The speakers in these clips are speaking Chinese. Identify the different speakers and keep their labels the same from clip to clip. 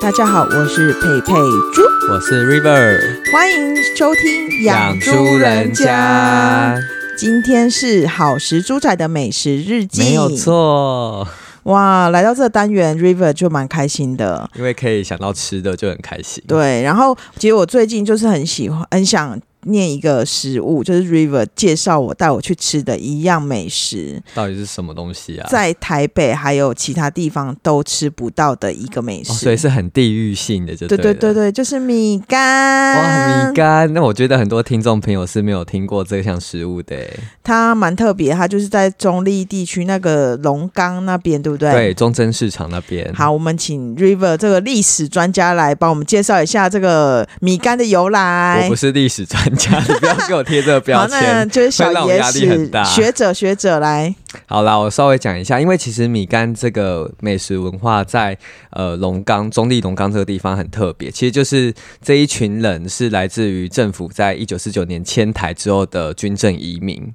Speaker 1: 大家好，我是佩佩猪，
Speaker 2: 我是 River，
Speaker 1: 欢迎收听《养猪人家》。今天是好食猪仔的美食日记，
Speaker 2: 没有错。
Speaker 1: 哇，来到这个单元，River 就蛮开心的。
Speaker 2: 因为可以想到吃的就很开心。
Speaker 1: 对，然后其实我最近就是很喜欢，很想念一个食物，就是 River 介绍我带我去吃的一样美食，
Speaker 2: 到底是什么东西啊？
Speaker 1: 在台北还有其他地方都吃不到的一个美食。
Speaker 2: 哦所以是很地域性的，就
Speaker 1: 对
Speaker 2: 对
Speaker 1: 对
Speaker 2: 了
Speaker 1: 对。嗯对，就是米干。
Speaker 2: 哇，米干！那我觉得很多听众朋友是没有听过这项食物的欸。
Speaker 1: 它蛮特别，它就是在中立地区那个龙岗那边，对不对？。
Speaker 2: 对，中正市场那边。
Speaker 1: 好，我们请 River 这个历史专家来帮我们介绍一下这个米干的由
Speaker 2: 我
Speaker 1: 来
Speaker 2: 不。是历史专家，你不要给我贴这个 标
Speaker 1: 好，那
Speaker 2: 签。
Speaker 1: 就是小
Speaker 2: 会让我
Speaker 1: 野
Speaker 2: 压力
Speaker 1: 史
Speaker 2: 很大
Speaker 1: 学者学者来，
Speaker 2: 好啦，我稍微讲一下，因为其实米干这个美食文化在呃龙岗中立龙岗这个地方很特别，其实就是这一群人是来自于政府在一九四九年迁台之后的军政移民。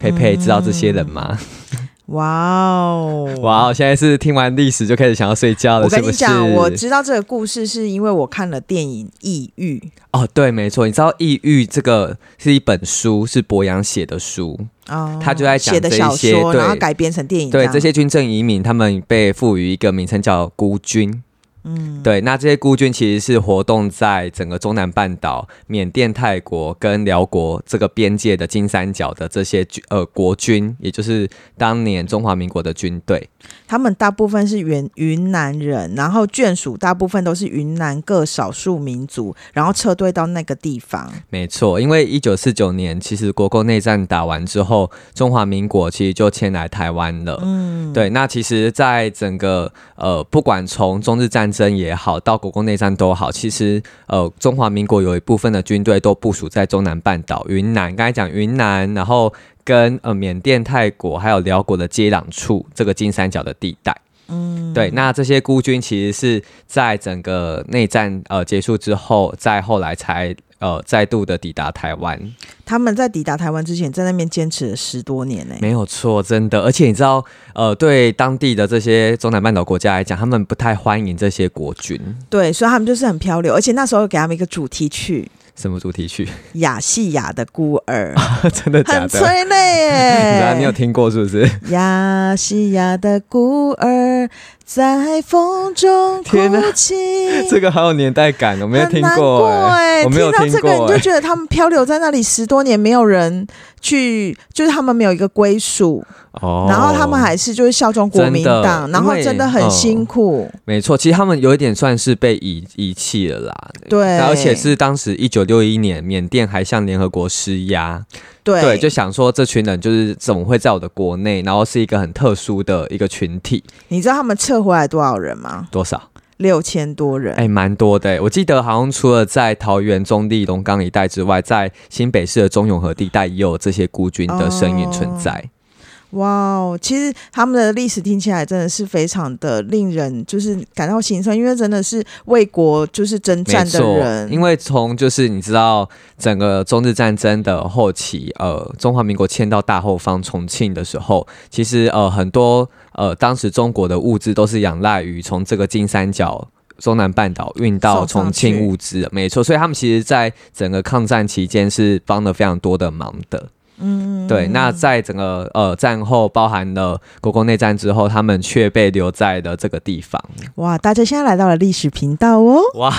Speaker 2: 佩佩知道这些人吗？
Speaker 1: 嗯哇哦！
Speaker 2: 哇，我现在是听完历史就开始想要睡觉
Speaker 1: 我
Speaker 2: 了，是
Speaker 1: 跟
Speaker 2: 不
Speaker 1: 你
Speaker 2: 是？
Speaker 1: 讲，我知道这个故事是因为我看了电影《抑郁》，
Speaker 2: 哦，对，没错，你知道《抑郁》这个是一本书，是博洋写的书，
Speaker 1: 哦，
Speaker 2: 他就在讲
Speaker 1: 写的
Speaker 2: 这一
Speaker 1: 小
Speaker 2: 些
Speaker 1: 说，
Speaker 2: 对
Speaker 1: 然后改编成电影样，
Speaker 2: 对这些军政移民，他们被赋予一个名称叫孤军。嗯，对，那这些孤军其实是活动在整个中南半岛、缅甸、泰国跟辽国这个边界的金三角的这些军呃国军，也就是当年中华民国的军队。
Speaker 1: 他们大部分是原云南人，然后眷属大部分都是云南各少数民族，然后撤退到那个地方。
Speaker 2: 没错，因为一九四九年其实国共内战打完之后，中华民国其实就迁来台湾了。嗯，对，那其实，在整个呃，不管从中日战争也好，到国共内战都好，其实呃，中华民国有一部分的军队都部署在中南半岛、云南，刚才讲云南，然后跟呃缅甸、泰国还有辽国的接壤处这个金三角的地带。嗯，对，那这些孤军其实是在整个内战呃结束之后，再后来才呃再度的抵达台湾。
Speaker 1: 他们在抵达台湾之前，在那边坚持了十多年呢、
Speaker 2: 没有错，真的。而且你知道，呃，对当地的这些中南半岛国家来讲，他们不太欢迎这些国军。
Speaker 1: 对，所以他们就是很漂流，而且那时候给他们一个主题曲
Speaker 2: 什么主题曲？
Speaker 1: 《雅细亚的孤儿》，
Speaker 2: 真的啊假
Speaker 1: 很
Speaker 2: 的？
Speaker 1: 催泪
Speaker 2: 你 知道你有
Speaker 1: 耶、
Speaker 2: 听过是不是？
Speaker 1: 雅细亚的孤儿在风中哭
Speaker 2: 天哪
Speaker 1: 泣。
Speaker 2: 这个好有年代感，我没有
Speaker 1: 很
Speaker 2: 听
Speaker 1: 难
Speaker 2: 过
Speaker 1: 哎、
Speaker 2: 哎、我没有
Speaker 1: 听
Speaker 2: 听
Speaker 1: 到这个
Speaker 2: 过
Speaker 1: 你
Speaker 2: 哎、
Speaker 1: 就觉得他们漂流在那里十多年，没有人去，就是他们没有一个归属，
Speaker 2: 哦
Speaker 1: 然后他们还是就是效忠国民党，
Speaker 2: 真的
Speaker 1: 然后真的很
Speaker 2: 因为嗯
Speaker 1: 辛苦，
Speaker 2: 没错，其实他们有一点算是被遗遗弃了啦。
Speaker 1: 对，
Speaker 2: 而且是当时一九六一年，缅甸还向联合国施压，
Speaker 1: 对
Speaker 2: 对，就想说这群人就是怎么会在我的国内，然后是一个很特殊的一个群体，
Speaker 1: 你知道他们撤回来多少人吗？
Speaker 2: 多少？
Speaker 1: 六千多人。
Speaker 2: 哎、蛮多的、我记得好像除了在桃园、中立、龙岗一带之外，在新北市的中永和地带也有这些孤军的身影存在。
Speaker 1: 哇哦，其实他们的历史听起来真的是非常的令人就是感到心酸，因为真的是为国就是征
Speaker 2: 没
Speaker 1: 战的
Speaker 2: 错，
Speaker 1: 人，
Speaker 2: 因为从就是你知道整个中日战争的后期，呃，中华民国迁到大后方重庆的时候，其实呃很多呃当时中国的物资都是仰赖于从这个金三角。中南半岛运
Speaker 1: 送
Speaker 2: 到
Speaker 1: 上
Speaker 2: 重
Speaker 1: 去
Speaker 2: 庆物资的，没错，所以他们其实在整个抗战期间是帮了非常多的忙的。嗯，对。那在整个呃战后，包含了国共内战之后，他们却被留在了这个地方。
Speaker 1: 哇，大家现在来到了历史频道哦，
Speaker 2: 哇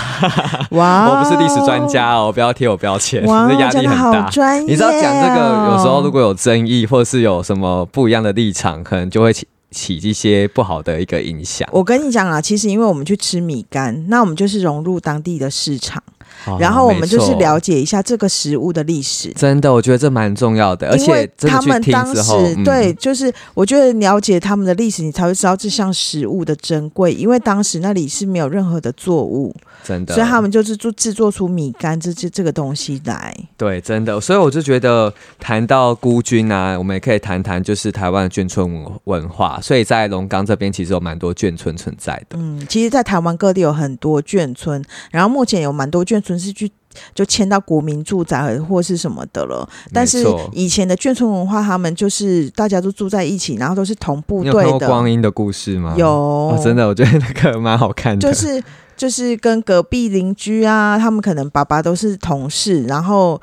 Speaker 1: 哇哦，
Speaker 2: 我不是历史专家哦，不要贴我标签，
Speaker 1: 哇，
Speaker 2: 这压力
Speaker 1: 真的
Speaker 2: 很
Speaker 1: 好
Speaker 2: 大。
Speaker 1: 专业、哦。
Speaker 2: 你知道讲这个，有时候如果有争议，或是有什么不一样的立场，可能就会起起一些不好的一个影响。
Speaker 1: 我跟你讲啦，其实因为我们去吃米干，那我们就是融入当地的市场，
Speaker 2: 哦
Speaker 1: 然后我们就是，了
Speaker 2: 没错
Speaker 1: 解一下这个食物的历史。
Speaker 2: 真的，我觉得这蛮重要的，而
Speaker 1: 因为
Speaker 2: 且真
Speaker 1: 他
Speaker 2: 的去
Speaker 1: 们
Speaker 2: 听
Speaker 1: 当
Speaker 2: 之
Speaker 1: 时、
Speaker 2: 后，嗯
Speaker 1: 对，就是我觉得了解他们的历史，你才会知道这项食物的珍贵。因为当时那里是没有任何的作物，
Speaker 2: 真的，
Speaker 1: 所以他们就是做制作出米干这这这个东西来。
Speaker 2: 对真的，所以我就觉得谈到孤军啊，我们也可以谈谈就是台湾的眷村文文化。所以在龙岗这边其实有蛮多眷村存在的。
Speaker 1: 嗯，其实，在台湾各地有很多眷村，然后目前有蛮多眷村是去就迁到国民住宅或是什么的了。但是
Speaker 2: 没错
Speaker 1: 以前的眷村文化，他们就是大家都住在一起，然后都是同部
Speaker 2: 你有看
Speaker 1: 队
Speaker 2: 过
Speaker 1: 哦的，
Speaker 2: 光阴的故事吗？
Speaker 1: 有、
Speaker 2: 哦，真
Speaker 1: 的
Speaker 2: 的，我觉得那个蛮好看的。
Speaker 1: 就是。就是跟隔壁邻居啊，他们可能爸爸都是同事，然后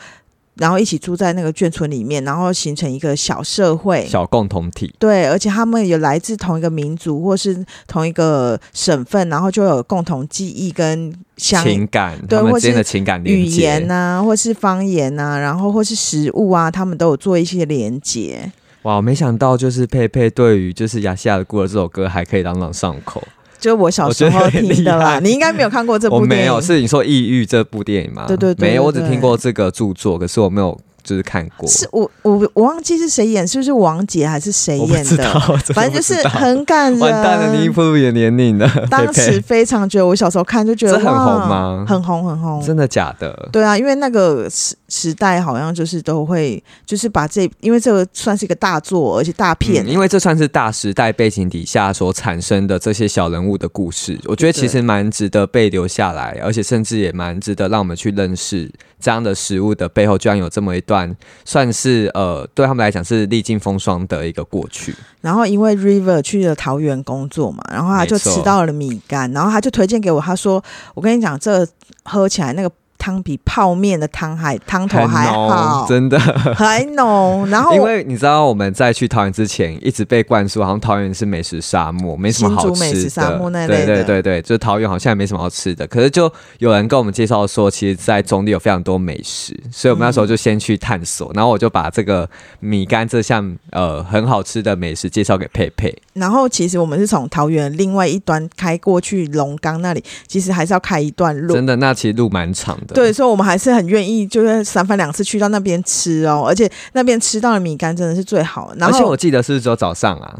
Speaker 1: 然后一起住在那个眷村里面，然后形成一个小社会。
Speaker 2: 小共同体。
Speaker 1: 对，而且他们有来自同一个民族或是同一个省份，然后就有共同记忆跟相
Speaker 2: 情感，
Speaker 1: 对
Speaker 2: 他们
Speaker 1: 或
Speaker 2: 之间
Speaker 1: 是
Speaker 2: 的情感
Speaker 1: 语
Speaker 2: 连接
Speaker 1: 言啊呐、或是方言呐、然后或是食物啊，他们都有做一些连接。
Speaker 2: 哇，我没想到就是佩佩对于就是亚细亚的孤儿这首歌还可以朗朗上口。
Speaker 1: 就是我小时候
Speaker 2: 我哦觉得很
Speaker 1: 听的
Speaker 2: 厉
Speaker 1: 啦，
Speaker 2: 害
Speaker 1: 你应该没有看过这
Speaker 2: 我
Speaker 1: 部
Speaker 2: 没
Speaker 1: 电影，
Speaker 2: 有，是你说《抑郁》这部电影吗？
Speaker 1: 对对对
Speaker 2: 没有，
Speaker 1: 对
Speaker 2: 我只听过这个著作，可是我没有就是看过。
Speaker 1: 是我我我忘记是谁演，是不是王杰还是谁
Speaker 2: 我不
Speaker 1: 演
Speaker 2: 知道
Speaker 1: 的？，
Speaker 2: 真的
Speaker 1: 反正就
Speaker 2: 不知
Speaker 1: 是
Speaker 2: 道
Speaker 1: 很感人。
Speaker 2: 完蛋了，你已经步入你的年龄了，
Speaker 1: 当时
Speaker 2: 佩
Speaker 1: 非常觉得，我小时候看就觉得
Speaker 2: 这很
Speaker 1: 哇
Speaker 2: 红吗
Speaker 1: 很红很
Speaker 2: 佩
Speaker 1: 红。
Speaker 2: 真的假的？
Speaker 1: 对啊，因为那个时时代好像就是都会，就是把这，因为这个算是一个大作，而且大片，
Speaker 2: 嗯因为这算是大时代背景底下所产生的这些小人物的故事，我觉得其实蛮值得被留下来，而且甚至也蛮值得让我们去认识这样的食物的背后，居然有这么一段算是呃对他们来讲是历尽风霜的一个过去。
Speaker 1: 然后因为 River 去了桃园工作嘛，然后他就
Speaker 2: 没错
Speaker 1: 吃到了米干，然后他就推荐给我，他说：“我跟你讲，这个喝起来那个汤比泡面的汤还汤头
Speaker 2: 很
Speaker 1: 还
Speaker 2: 浓，
Speaker 1: 好，
Speaker 2: 真的，
Speaker 1: 还浓。” 然后
Speaker 2: 因为你知道我们在去桃园之前一直被灌输，好像桃园是美食沙漠，没什么好
Speaker 1: 新
Speaker 2: 吃
Speaker 1: 竹
Speaker 2: 的。
Speaker 1: 美食沙漠那类的
Speaker 2: 对对对对，就是桃园好像也没什么好吃的。可是就有人跟我们介绍说，其实，在中立有非常多美食，所以我们那
Speaker 1: 嗯
Speaker 2: 时候就先去探索。然后我就把这个米干这项呃很好吃的美食介绍给佩佩。
Speaker 1: 然后其实我们是从桃园另外一端开过去龙岗那里，其实还是要开一段路。
Speaker 2: 真的，那其实路蛮长的。
Speaker 1: 对，所以我们还是很愿意，就是三番两次去到那边吃哦，而且那边吃到的米干真的是最好。然
Speaker 2: 而且
Speaker 1: 后
Speaker 2: 我记得是只有早上啊，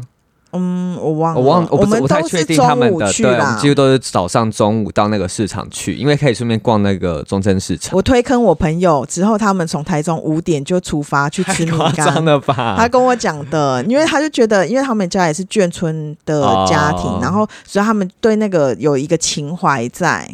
Speaker 1: 嗯，我忘了，
Speaker 2: 我忘我不
Speaker 1: 们
Speaker 2: 我太
Speaker 1: 都
Speaker 2: 确
Speaker 1: 是
Speaker 2: 定他
Speaker 1: 中
Speaker 2: 们
Speaker 1: 午
Speaker 2: 的，
Speaker 1: 去
Speaker 2: 对，我们
Speaker 1: 啦
Speaker 2: 几。乎都是早上、中午到那个市场去，因为可以顺便逛那个中正市场。
Speaker 1: 我推坑我朋友之后，他们从台中五点就出发去吃
Speaker 2: 太
Speaker 1: 米
Speaker 2: 夸张
Speaker 1: 干。
Speaker 2: 了
Speaker 1: 他
Speaker 2: 吧？
Speaker 1: 跟我讲的，因为他就觉得，因为他们家也是眷村的家庭，
Speaker 2: 哦
Speaker 1: 然后所以他们对那个有一个情怀在。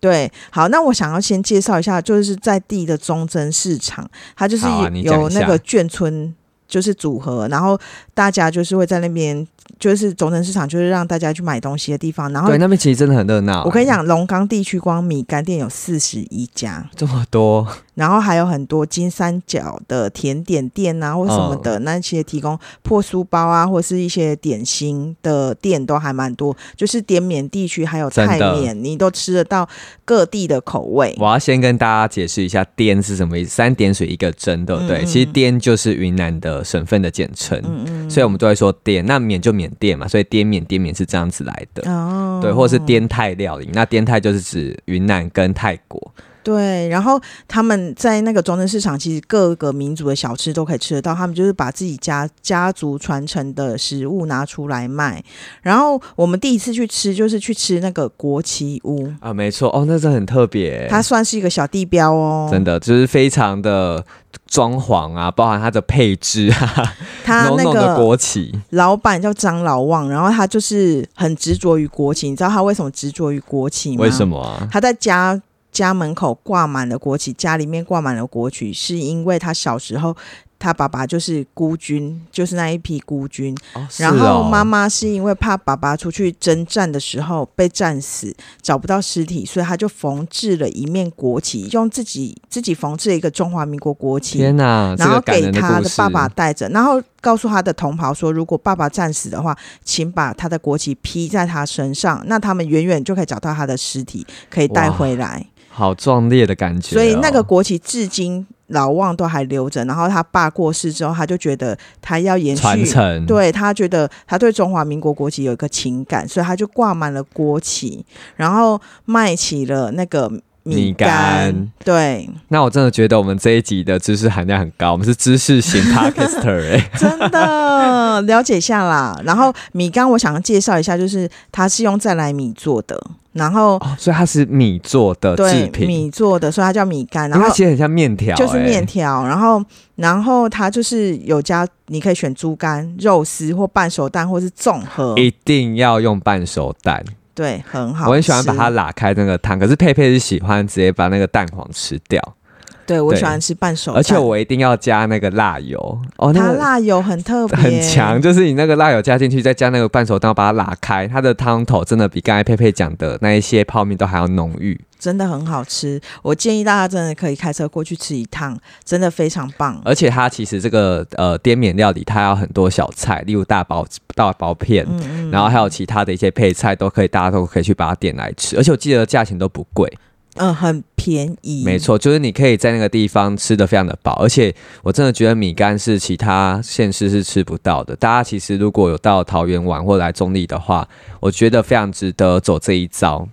Speaker 1: 对，好，那我想要先介绍一下，就是在地的忠贞市场，它就是
Speaker 2: 好啊你讲
Speaker 1: 有
Speaker 2: 一
Speaker 1: 那
Speaker 2: 下
Speaker 1: 个眷村。就是组合，然后大家就是会在那边，就是忠贞市场，就是让大家去买东西的地方。然后
Speaker 2: 对，那边其实真的很热闹。
Speaker 1: 我跟你，讲，龙岗地区光米干店有四十一家，
Speaker 2: 这么多，
Speaker 1: 然后还有很多金三角的甜点店啊，或什么的、那些提供破酥包啊，或是一些点心的店都还蛮多。就是滇缅地区还有泰缅，你都吃得到各地的口味。
Speaker 2: 我要先跟大家解释一下“滇”是什么意思，三点水一个真，对不对？
Speaker 1: 嗯嗯
Speaker 2: 其实“滇”就是云南的省份的简称，
Speaker 1: 嗯嗯，
Speaker 2: 所以我们都会说“滇”。那缅就缅甸嘛，所以“滇缅”“滇缅”是这样子来的。
Speaker 1: 哦，
Speaker 2: 对，或者是滇泰料理，那滇泰就是指云南跟泰国，
Speaker 1: 对，然后他们在那个中正市场，其实各个民族的小吃都可以吃得到。他们就是把自己家家族传承的食物拿出来卖。然后我们第一次去吃，就是去吃那个国旗屋，
Speaker 2: 啊，没错，哦，那真的很特别，
Speaker 1: 它算是一个小地标哦。
Speaker 2: 真的就是非常的装潢啊，包含它的配置啊，
Speaker 1: 他
Speaker 2: 浓
Speaker 1: 那
Speaker 2: 浓的
Speaker 1: 个
Speaker 2: 国旗，
Speaker 1: 老板叫张老旺，然后他就是很执着于国旗。你知道他为什么执着于国旗吗？
Speaker 2: 为什？么啊？
Speaker 1: 他在家家门口挂满了国旗，家里面挂满了国旗，是因为他小时候他爸爸就是孤军，就是那一批孤军。
Speaker 2: 哦是
Speaker 1: 然后
Speaker 2: 哦
Speaker 1: 妈妈是因为怕爸爸出去征战的时候被战死，找不到尸体，所以他就缝制了一面国旗，用自己自己缝制了一个中华民国国旗。
Speaker 2: 天呐，这
Speaker 1: 然后
Speaker 2: 个感
Speaker 1: 给
Speaker 2: 人
Speaker 1: 他
Speaker 2: 故
Speaker 1: 的
Speaker 2: 事
Speaker 1: 爸爸带着，然后告诉他的同袍说，如果爸爸战死的话，请把他的国旗披在他身上，那他们远远就可以找到他的尸体，可以带
Speaker 2: 哇
Speaker 1: 回来。
Speaker 2: 好壮烈的感觉哦、
Speaker 1: 所以那个国旗至今老望都还留着。然后他爸过世之后，他就觉得他要延
Speaker 2: 传
Speaker 1: 续。
Speaker 2: 承，
Speaker 1: 对他觉得他对中华民国国旗有一个情感，所以他就挂满了国旗，然后卖起了那个
Speaker 2: 米
Speaker 1: 米
Speaker 2: 干
Speaker 1: 干对，
Speaker 2: 那我真的觉得我们这一集的知识含量很高，我们是知识型 podcaster 哎、
Speaker 1: 真的 了解一下啦。然后米缸，我想要介绍一下，就是它是用再来米做的，然后、
Speaker 2: 哦，所以它是米做的制
Speaker 1: 对
Speaker 2: 品，
Speaker 1: 米做的，所以它叫米干。
Speaker 2: 因
Speaker 1: 然
Speaker 2: 为它
Speaker 1: 后
Speaker 2: 其实很像面条、
Speaker 1: 就是
Speaker 2: 哎
Speaker 1: 面条，然后然后它就是有加，你可以选猪肝、肉丝或半熟蛋，或是综合，
Speaker 2: 一定要用半熟蛋，
Speaker 1: 对，很好吃。
Speaker 2: 我很喜欢把它拉开那个汤，可是佩佩是喜欢直接把那个蛋黄吃掉，
Speaker 1: 对我喜欢吃半熟，
Speaker 2: 而且我一定要加那个辣油哦，那
Speaker 1: 它
Speaker 2: 个
Speaker 1: 辣油很特别，
Speaker 2: 很强，就是你那个辣油加进去，再加那个半熟蛋，把它拉开，它的汤头真的比刚才佩佩讲的那一些泡面都还要浓郁。
Speaker 1: 真的很好吃，我建议大家真的可以开车过去吃一趟，真的非常棒。
Speaker 2: 而且它其实这个呃滇缅料理，它有很多小菜，例如大薄大薄片，
Speaker 1: 嗯
Speaker 2: 然后还有其他的一些配菜，都可以大家都可以去把它点来吃。而且我记得价钱都不贵，
Speaker 1: 嗯，很便宜，
Speaker 2: 没。错，就是你可以在那个地方吃的非常的饱。而且我真的觉得米干是其他县市是吃不到的。大家其实如果有到桃园玩或来中立的话，我觉得非常值得走这一招。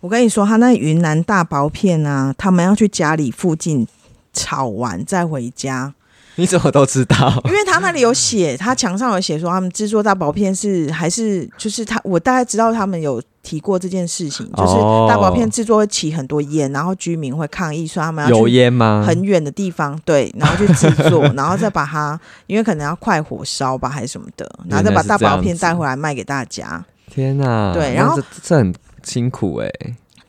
Speaker 1: 我跟你说，他那云南大薄片啊，他们要去家里附近炒完再回家，
Speaker 2: 你怎么都知道？
Speaker 1: 因为他那里有写，他墙上有写说他们制作大薄片是还是就是他，我大概知道他们有提过这件事情，就是
Speaker 2: 哦
Speaker 1: 大薄片制作会起很多烟，然后居民会抗议说他们要
Speaker 2: 油
Speaker 1: 去
Speaker 2: 烟吗？
Speaker 1: 很远的地方，对，然后去制 作，然后再把它，因为可能要快火烧吧，还是什么的，然后再把大薄片带回来卖给大家。
Speaker 2: 天呐、
Speaker 1: 对
Speaker 2: 那
Speaker 1: 然后
Speaker 2: 这这很辛苦哎、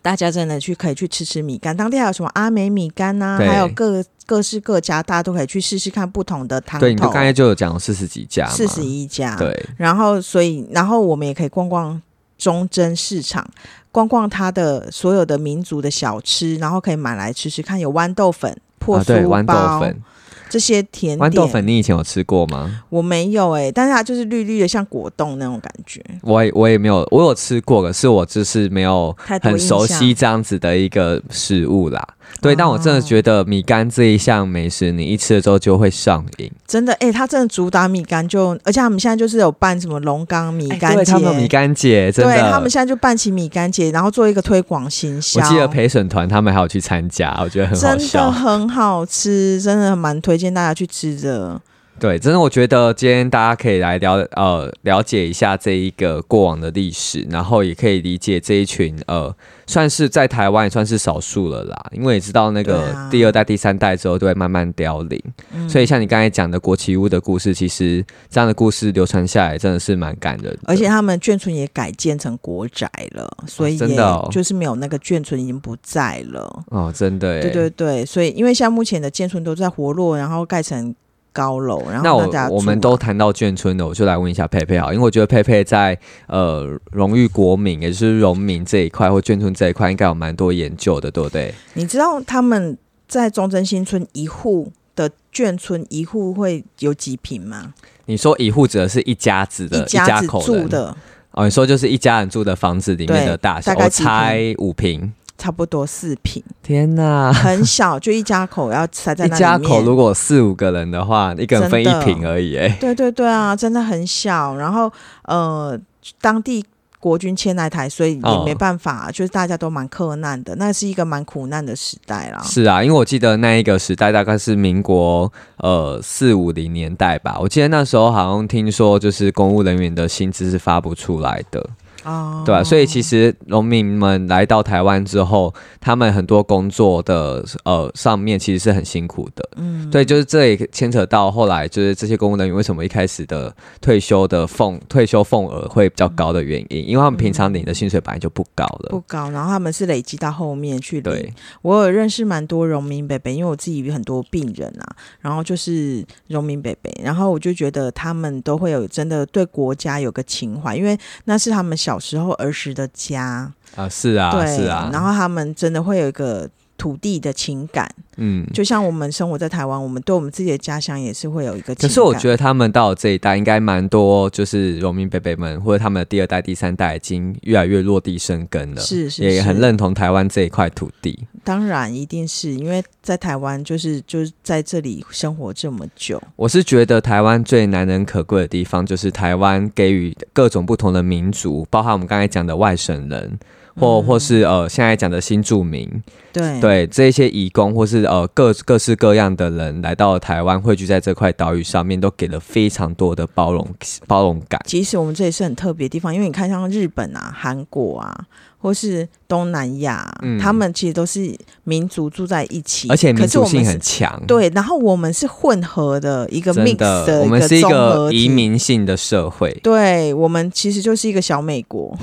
Speaker 1: 大家真的去可以去吃吃米干，当地还有什么阿美米干呐、
Speaker 2: 对
Speaker 1: 还有各各式各家，大家都可以去试试看不同的汤头。
Speaker 2: 对，你就刚才就有讲四十几家嘛，
Speaker 1: 四十一家，
Speaker 2: 对，
Speaker 1: 然后所以然后我们也可以逛逛忠贞市场，逛逛它的所有的民族的小吃，然后可以买来吃吃看，有豌豆粉、破
Speaker 2: 啊对，豌
Speaker 1: 酥包、
Speaker 2: 豆粉，
Speaker 1: 这些甜点。
Speaker 2: 豌豆粉，你以前有吃过吗？
Speaker 1: 我没有哎、但是它就是绿绿的，像果冻那种感觉。
Speaker 2: 我也我也没有，我有吃过，可是我就是没有
Speaker 1: 太多
Speaker 2: 很
Speaker 1: 印
Speaker 2: 熟
Speaker 1: 象哦
Speaker 2: 悉这样子的一个食物啦。对，但我真的觉得米干这一项美食，你一吃了之后就会上瘾。
Speaker 1: 真的哎、欸它真的主打米干就，而且他们现在就是有办什么龙岗米干节、
Speaker 2: 哎对，他们有米干节真的，
Speaker 1: 对他们现在就办起米干节，然后做一个推广行销。
Speaker 2: 我记得陪审团他们还有去参加，我觉得很好
Speaker 1: 真的
Speaker 2: 笑。
Speaker 1: 很好吃，真的蛮推荐大家去吃的。
Speaker 2: 对，真的，我觉得今天大家可以来了呃了解一下这一个过往的历史，然后也可以理解这一群呃算是在台湾也算是少数了啦，因为也知道那
Speaker 1: 对
Speaker 2: 个
Speaker 1: 啊
Speaker 2: 第二代、第三代之后都会慢慢凋零，
Speaker 1: 嗯
Speaker 2: 所以像你刚才讲的国旗屋的故事，其实这样的故事流传下来真的是蛮感人的，
Speaker 1: 而且他们眷村也改建成国宅了，所以
Speaker 2: 真
Speaker 1: 也
Speaker 2: 的哦
Speaker 1: 就是没有那个眷村已经不在了。
Speaker 2: 哦真的耶
Speaker 1: 对对对，所以因为现在目前的建村都在活络，然后盖成高楼，然
Speaker 2: 那
Speaker 1: 后
Speaker 2: 我
Speaker 1: 大家
Speaker 2: 我
Speaker 1: 住
Speaker 2: 们
Speaker 1: 嘛
Speaker 2: 都谈到眷村的，我就来问一下佩佩好，因为我觉得佩佩在呃荣誉国民，也就是荣民这一块或眷村这一块，应该有蛮多研究的，对不对？
Speaker 1: 你知道他们在中正新村一户的眷村一户会有几平吗？
Speaker 2: 你说一户指的是一家子的
Speaker 1: 一家子
Speaker 2: 口
Speaker 1: 住
Speaker 2: 人
Speaker 1: 的
Speaker 2: 哦，你说就是一家人住的房子里面
Speaker 1: 对
Speaker 2: 的大小，
Speaker 1: 大概
Speaker 2: 我
Speaker 1: 几平
Speaker 2: 猜五平。
Speaker 1: 差不多四平，
Speaker 2: 天哪，
Speaker 1: 很小，就一家口要塞在
Speaker 2: 一
Speaker 1: 那里
Speaker 2: 家
Speaker 1: 面
Speaker 2: 口如果四五个人的话，一个人分一
Speaker 1: 真的
Speaker 2: 平而已，哎，
Speaker 1: 对对对啊，真的很小。然后呃，当地国军迁来台，所以也
Speaker 2: 哦
Speaker 1: 没办法，就是大家都蛮克难的，那是一个蛮苦难的时代啦。
Speaker 2: 是啊，因为我记得那一个时代大概是民国呃四五零年代吧，我记得那时候好像听说就是公务人员的薪资是发不出来的，
Speaker 1: 哦，
Speaker 2: 对吧、啊所以其实农民们来到台湾之后，他们很多工作的呃上面其实是很辛苦的。
Speaker 1: 嗯，
Speaker 2: 对，就是这也牵扯到后来，就是这些公务人员为什么一开始的退休的俸退休俸额会比较高的原因，因为他们平常领的薪水本来就不高
Speaker 1: 嗯不
Speaker 2: 了。
Speaker 1: 高，然后他们是累积到后面去领
Speaker 2: 对，
Speaker 1: 我有认识蛮多荣民北北，因为我自己有很多病人啊，然后就是荣民北北，然后我就觉得他们都会有真的对国家有个情怀，因为那是他们小时候儿时的家，
Speaker 2: 啊，是啊，
Speaker 1: 对，
Speaker 2: 是啊，
Speaker 1: 然后他们真的会有一个土地的情感，
Speaker 2: 嗯，
Speaker 1: 就像我们生活在台湾，我们对我们自己的家乡也是会有一个情
Speaker 2: 可
Speaker 1: 感。
Speaker 2: 是我觉得他们到了这一代，应该蛮多就是农民伯伯们或者他们的第二代、第三代已经越来越落地生根了，
Speaker 1: 是是
Speaker 2: 也很
Speaker 1: 是
Speaker 2: 认同台湾这一块土地。
Speaker 1: 当然一定是因为在台湾就是就是在这里生活这么久，
Speaker 2: 我是觉得台湾最难能可贵的地方，就是台湾给予各种不同的民族，包含我们刚才讲的外省人，或、或是呃现在讲的新住民，
Speaker 1: 对
Speaker 2: 对这些移工或是呃各各式各样的人来到台湾汇聚在这块岛屿上面，都给了非常多的包容包容感。
Speaker 1: 即使我们这也是很特别的地方，因为你看像日本啊、韩国啊，或是东南亚，
Speaker 2: 嗯
Speaker 1: 他们其实都是民族住在一起，
Speaker 2: 而且民族
Speaker 1: 可是我
Speaker 2: 性
Speaker 1: 们是
Speaker 2: 很强。
Speaker 1: 对，然后我们是混合的一个 mix
Speaker 2: 真的，
Speaker 1: 的
Speaker 2: 我们是一
Speaker 1: 综合
Speaker 2: 个
Speaker 1: 体
Speaker 2: 移。民性的社会。
Speaker 1: 对我们其实就是一个小美国，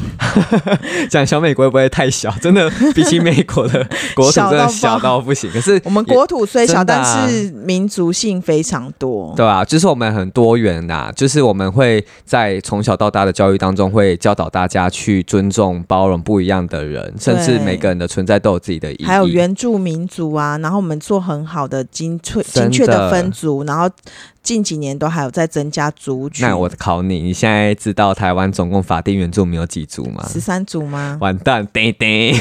Speaker 2: 讲小美国会不会太小？真的比起美国的国土真的小
Speaker 1: 小到爆
Speaker 2: 到不行。可是
Speaker 1: 我们
Speaker 2: 也
Speaker 1: 国土虽小，
Speaker 2: 真的啊
Speaker 1: 但是民族性非常多。
Speaker 2: 对啊，就是我们很多元呐、就是我们会在从小到大的教育当中，会教导大家去尊重、包容不一样的人，甚至每个人的存在都有自己的意义。
Speaker 1: 还有原住民族啊，然后我们做很好的精确
Speaker 2: 真
Speaker 1: 精
Speaker 2: 的
Speaker 1: 确的分族，然后近几年都还有在增加族群。
Speaker 2: 那我考你，你现在知道台湾总共法定原住民有几族吗？？
Speaker 1: 十三族吗
Speaker 2: 完蛋，叮叮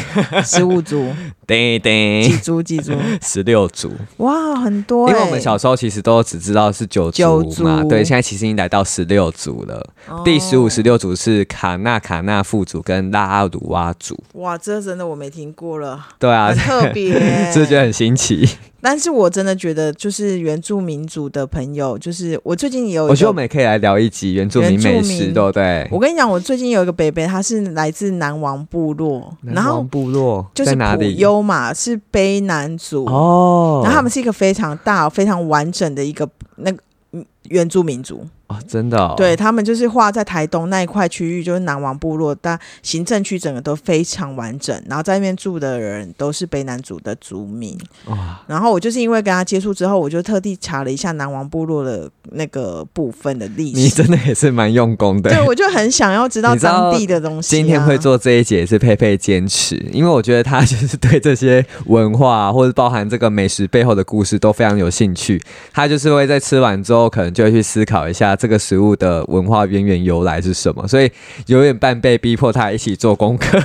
Speaker 1: 十五 族？
Speaker 2: 叮
Speaker 1: 几
Speaker 2: 叮，
Speaker 1: 族？几 族？
Speaker 2: 十六族。
Speaker 1: 哇，很多、欸！
Speaker 2: 因为我们小时候其实都只知道是九
Speaker 1: 九
Speaker 2: 族嘛，
Speaker 1: 族
Speaker 2: 对，现在其实已经来到十六族了。
Speaker 1: 哦
Speaker 2: 第十五、十六族是卡纳卡纳富族跟拉阿鲁哇族。
Speaker 1: 哇，这真的我没听过 了，
Speaker 2: 对啊
Speaker 1: 很，特别、欸
Speaker 2: 是不是觉得很新奇？
Speaker 1: 但是我真的觉得，就是原住民族的朋友，就是我最近也有一个，
Speaker 2: 我觉得我们也可以来聊一集原住民美食，
Speaker 1: 原住民
Speaker 2: 对不对？
Speaker 1: 我跟你讲，我最近有一个北北，他是来自南王部落，然
Speaker 2: 南王
Speaker 1: 后
Speaker 2: 部落
Speaker 1: 就是
Speaker 2: 在哪
Speaker 1: 普
Speaker 2: 里？
Speaker 1: 优嘛，是卑南族，
Speaker 2: 哦，
Speaker 1: 然后他们是一个非常大、非常完整的一个那个。嗯原住民族，
Speaker 2: 哦，真的、哦、
Speaker 1: 对他们就是划在台东那一块区域，就是南王部落，但行政区整个都非常完整。然后在那边住的人都是卑南族的族民，
Speaker 2: 哇，
Speaker 1: 然后我就是因为跟他接触之后，我就特地查了一下南王部落的那个部分的历
Speaker 2: 你
Speaker 1: 史。
Speaker 2: 真的也是蛮用功的。
Speaker 1: 对，我就很想要知道
Speaker 2: 你知道
Speaker 1: 当地的东西、啊。
Speaker 2: 今天会做这一节也是佩佩坚持，因为我觉得他就是对这些文化啊或者包含这个美食背后的故事都非常有兴趣。他就是会在吃完之后，可能就会去思考一下这个食物的文化渊源由来是什么，所以有点半被逼迫他一起做功课。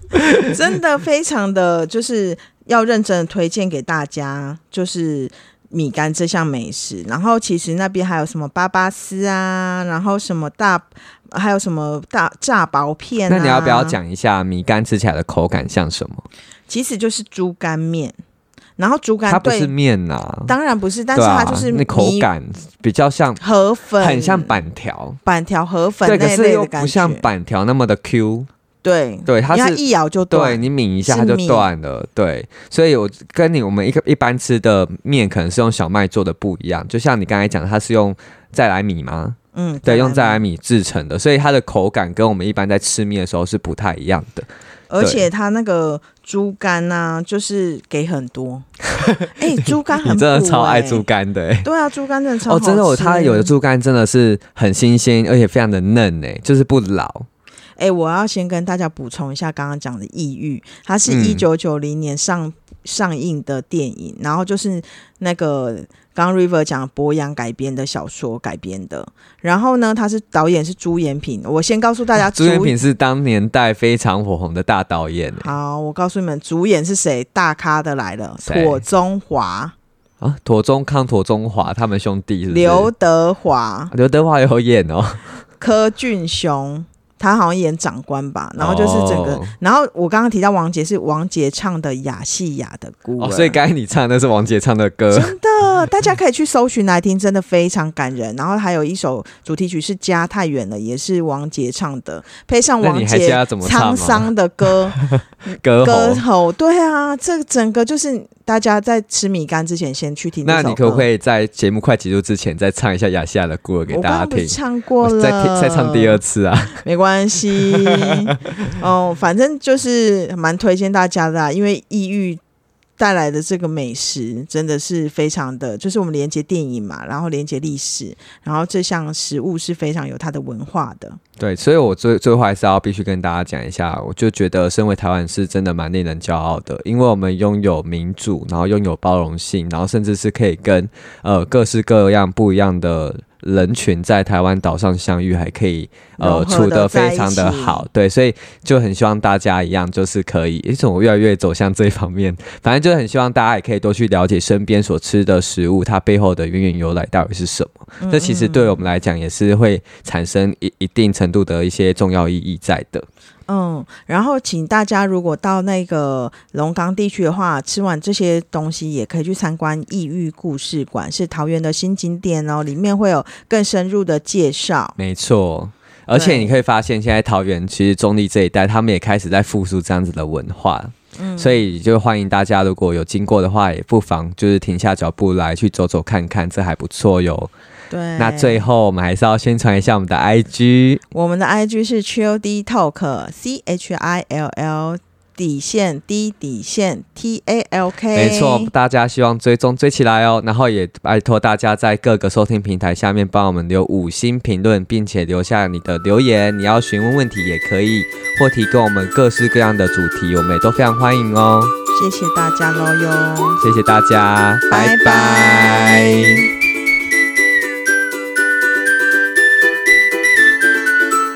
Speaker 1: 真的非常的就是要认真的推荐给大家，就是米干这项美食。然后其实那边还有什么巴巴斯啊，然后什么大，还有什么大炸薄片、啊。
Speaker 2: 那你要不要？讲一下米干吃起来的口感像什么？
Speaker 1: 其实就是猪肝面，然后猪
Speaker 2: 它
Speaker 1: 肝
Speaker 2: 不是
Speaker 1: 对，
Speaker 2: 面呐、啊，
Speaker 1: 当然不是，但是
Speaker 2: 对啊
Speaker 1: 它就是
Speaker 2: 那口
Speaker 1: 米
Speaker 2: 感比较像，
Speaker 1: 河粉，
Speaker 2: 很像板条，
Speaker 1: 板条河粉
Speaker 2: 对，可
Speaker 1: 那一
Speaker 2: 是
Speaker 1: 类
Speaker 2: 又
Speaker 1: 的感
Speaker 2: 不
Speaker 1: 觉，
Speaker 2: 像板条那么的 Q，
Speaker 1: 对，
Speaker 2: 对，它
Speaker 1: 因为它
Speaker 2: 是。
Speaker 1: 一咬就
Speaker 2: 对
Speaker 1: 断，
Speaker 2: 你抿一下
Speaker 1: 是
Speaker 2: 它就
Speaker 1: 面
Speaker 2: 断了，对，所以我跟你我们一个一般吃的面可能是用小麦做的不一样，就像你刚才讲，它是用再来米吗？
Speaker 1: 嗯，
Speaker 2: 对，用再
Speaker 1: 再来
Speaker 2: 来
Speaker 1: 嘛，
Speaker 2: 米制成的，所以它的口感跟我们一般在吃面的时候是不太一样的。
Speaker 1: 而且它那个猪肝呢、就是给很 多，哎、猪肝
Speaker 2: 你
Speaker 1: 很、
Speaker 2: 真的超爱猪
Speaker 1: 肝，
Speaker 2: 肝的、欸，
Speaker 1: 对啊，猪肝真的超
Speaker 2: 哦，真的，
Speaker 1: 好
Speaker 2: 我
Speaker 1: 吃欸
Speaker 2: 它有的，猪肝真的是很新鲜，而且非常的嫩诶，就是不老。
Speaker 1: 哎、我要先跟大家补充一下刚刚讲的《抑郁》，它是
Speaker 2: 嗯
Speaker 1: 一九九零年上、上映的电影，然后就是那个。刚 River 讲博洋改编的小说改编的，然后呢，他是导演是朱延平。我先告诉大家，
Speaker 2: 啊朱元平是当年代非常火红的大导演诶。
Speaker 1: 好，我告诉你们，主演是谁？大咖的来了，
Speaker 2: 谁
Speaker 1: 妥中华、
Speaker 2: 啊，妥中康、妥中华他们兄弟是不是
Speaker 1: 刘德华、
Speaker 2: 刘德华有演哦，
Speaker 1: 柯俊雄，他好像演长官吧。然后就是整个，
Speaker 2: 哦
Speaker 1: 然后我刚刚提到王杰是王杰唱的《雅细亚的孤儿》
Speaker 2: 哦，所以刚才你唱的是王杰唱的歌，
Speaker 1: 啊真的，大家可以去搜寻来听，真的非常感人。然后还有一首主题曲是《家太远了》，也是王杰唱的，配上
Speaker 2: 那
Speaker 1: 王
Speaker 2: 你还记得
Speaker 1: 杰
Speaker 2: 他怎么唱啊哦
Speaker 1: 沧
Speaker 2: 吗？
Speaker 1: 桑的歌。
Speaker 2: 歌
Speaker 1: 歌
Speaker 2: 喉。
Speaker 1: 喉，对啊，这整个就是大家在吃米干之前先去听这
Speaker 2: 那
Speaker 1: 首歌。
Speaker 2: 你可不可以在节目快结束之前再唱一下雅西亚的孤儿给
Speaker 1: 我
Speaker 2: 大
Speaker 1: 刚
Speaker 2: 家
Speaker 1: 刚不是
Speaker 2: 听？
Speaker 1: 唱过
Speaker 2: 我
Speaker 1: 了，
Speaker 2: 再听再唱第二，次啊！
Speaker 1: 没关 系。哦，反正就是蛮推荐大家的啊、因为抑郁带来的这个美食真的是非常的，就是我们连接电影嘛，然后连接历史，然后这项食物是非常有它的文化的。
Speaker 2: 对，所以我最最后还是要必须跟大家讲一下，我就觉得身为台湾是真的蛮令人骄傲的，因为我们拥有民主，然后拥有包容性，然后甚至是可以跟呃各式各样不一样的。人群在台湾岛上相遇，还可以呃
Speaker 1: 融合
Speaker 2: 处
Speaker 1: 得
Speaker 2: 得
Speaker 1: 在
Speaker 2: 非常的
Speaker 1: 一起
Speaker 2: 好，对，所以就很希望大家一样，就是可以，为什么我越来越走向这一方面？反正就很希望大家也可以多去了解身边所吃的食物，它背后的渊源由来到底是什么。
Speaker 1: 嗯
Speaker 2: 这其实对我们来讲也是会产生一一定程度的一些重要意义在的。
Speaker 1: 嗯，然后请大家如果到那个龙岗地区的话，吃完这些东西也可以去参观异域故事馆，是桃园的新景点哦，里面会有更深入的介绍。
Speaker 2: 没错。而且你可以发现，现在桃园其实中立这一带，他们也开始在复苏这样子的文化。嗯、所以就欢迎大家，如果有经过的话，也不妨就是停下脚步来去走走看看，这还不错哟。
Speaker 1: 对，
Speaker 2: 那最后我们还是要宣传一下我们的 IG，
Speaker 1: 我们的 IG 是 Chill D Talk C H I L L 底线 D 底线 T A L K，
Speaker 2: 没错，大家希望追踪追起来哦。然后也拜托大家在各个收听平台下面帮我们留五星评论，并且留下你的留言。你要询问问题也可以，或提供我们各式各样的主题，我们也都非常欢迎哦。
Speaker 1: 谢谢大家喽哟，
Speaker 2: 谢谢大家，
Speaker 1: 拜
Speaker 2: 拜
Speaker 1: 拜
Speaker 2: 拜